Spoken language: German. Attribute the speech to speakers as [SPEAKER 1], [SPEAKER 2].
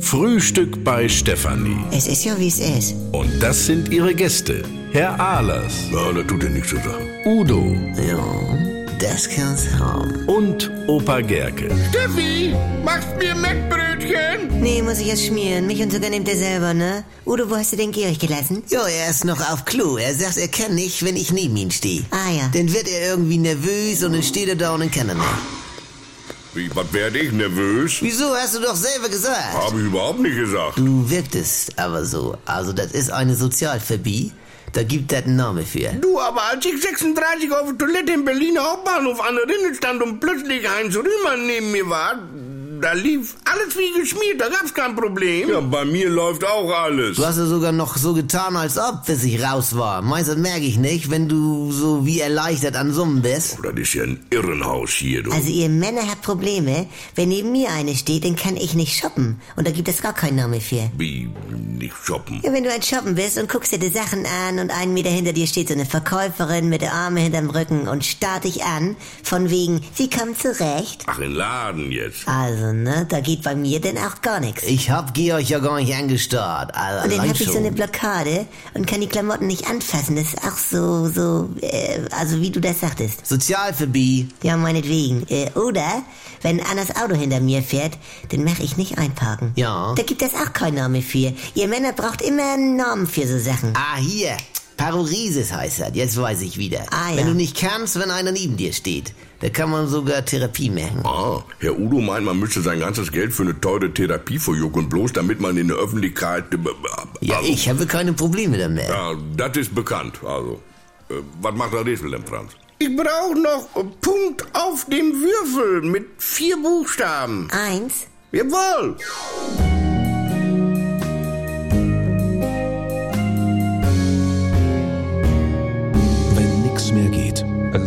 [SPEAKER 1] Frühstück bei Stefanie.
[SPEAKER 2] Es ist ja, wie es ist.
[SPEAKER 1] Und das sind ihre Gäste. Herr Ahlers,
[SPEAKER 3] Ja, da tut er nichts zu sagen.
[SPEAKER 1] Udo
[SPEAKER 2] Ja, das kann's haben.
[SPEAKER 1] und Opa Gerke.
[SPEAKER 4] Steffi, machst mir Mettbrötchen?
[SPEAKER 2] Nee, muss ich jetzt schmieren. Mich und sogar nimmt er selber, ne? Udo, wo hast du den gierig gelassen?
[SPEAKER 5] Jo, Oh, er ist noch auf Klo. Er sagt, er kann nicht, wenn ich neben ihm stehe.
[SPEAKER 2] Ah, ja.
[SPEAKER 5] Dann wird er irgendwie nervös und dann steht er da und dann kann er nicht.
[SPEAKER 3] Wie, was werde ich nervös?
[SPEAKER 5] Wieso hast du doch selber gesagt?
[SPEAKER 3] Habe ich überhaupt nicht gesagt.
[SPEAKER 5] Du wirktest aber so. Also, das ist eine Sozialphobie. Da gibt das einen Namen für.
[SPEAKER 4] Du, aber als ich 36 auf der Toilette im Berliner Hauptbahnhof an der Rinne stand und plötzlich Heinz Rühmann neben mir war, da lief alles wie geschmiert, da gab's kein Problem.
[SPEAKER 3] Ja, bei mir läuft auch alles.
[SPEAKER 5] Du hast ja sogar noch so getan, als ob, bis ich raus war. Meinst du, das merke ich nicht, wenn du so wie erleichtert an Summen bist?
[SPEAKER 3] Oh, das ist ja ein Irrenhaus hier, du.
[SPEAKER 2] Also ihr Männer habt Probleme. Wenn neben mir eine steht, dann kann ich nicht shoppen. Und da gibt es gar keinen Namen für.
[SPEAKER 3] Wie, nicht shoppen.
[SPEAKER 2] Ja, wenn du ein Shoppen bist und guckst dir die Sachen an und einen Meter hinter dir steht so eine Verkäuferin mit der Arme hinterm Rücken und starrt dich an, von wegen, sie kommen zurecht.
[SPEAKER 3] Ach, in Laden jetzt.
[SPEAKER 2] Also, ne, da geht bei mir denn auch gar nichts.
[SPEAKER 5] Ich hab Georg ja gar nicht angestarrt. Also,
[SPEAKER 2] Und dann
[SPEAKER 5] allein
[SPEAKER 2] habe ich so
[SPEAKER 5] schon.
[SPEAKER 2] eine Blockade und kann die Klamotten nicht anfassen. Das ist auch so, so, äh, also wie du das sagtest.
[SPEAKER 5] Sozialphobie.
[SPEAKER 2] Ja, meinetwegen. Äh, oder, wenn Annas Auto hinter mir fährt, dann mache ich nicht einparken.
[SPEAKER 5] Ja.
[SPEAKER 2] Da gibt es auch keinen Namen für. Ihr Männer braucht immer einen Namen für so Sachen.
[SPEAKER 5] Ah, hier. Parorisis heißt das. Jetzt weiß ich wieder.
[SPEAKER 2] Ah, ja.
[SPEAKER 5] Wenn du nicht kannst, wenn einer neben dir steht, da kann man sogar Therapie machen.
[SPEAKER 3] Ah, Herr Udo meint, man müsste sein ganzes Geld für eine teure Therapie verjucken, bloß damit man in der Öffentlichkeit... äh,
[SPEAKER 5] Ja,
[SPEAKER 3] Also,
[SPEAKER 5] ich habe keine Probleme damit.
[SPEAKER 3] Ja, das ist bekannt, also. Äh, was macht der Rätsel denn, Franz?
[SPEAKER 4] Ich brauch noch äh, Punkt auf dem Würfel mit vier Buchstaben.
[SPEAKER 2] Eins.
[SPEAKER 4] Jawohl.
[SPEAKER 6] Wenn nichts mehr geht.
[SPEAKER 7] Also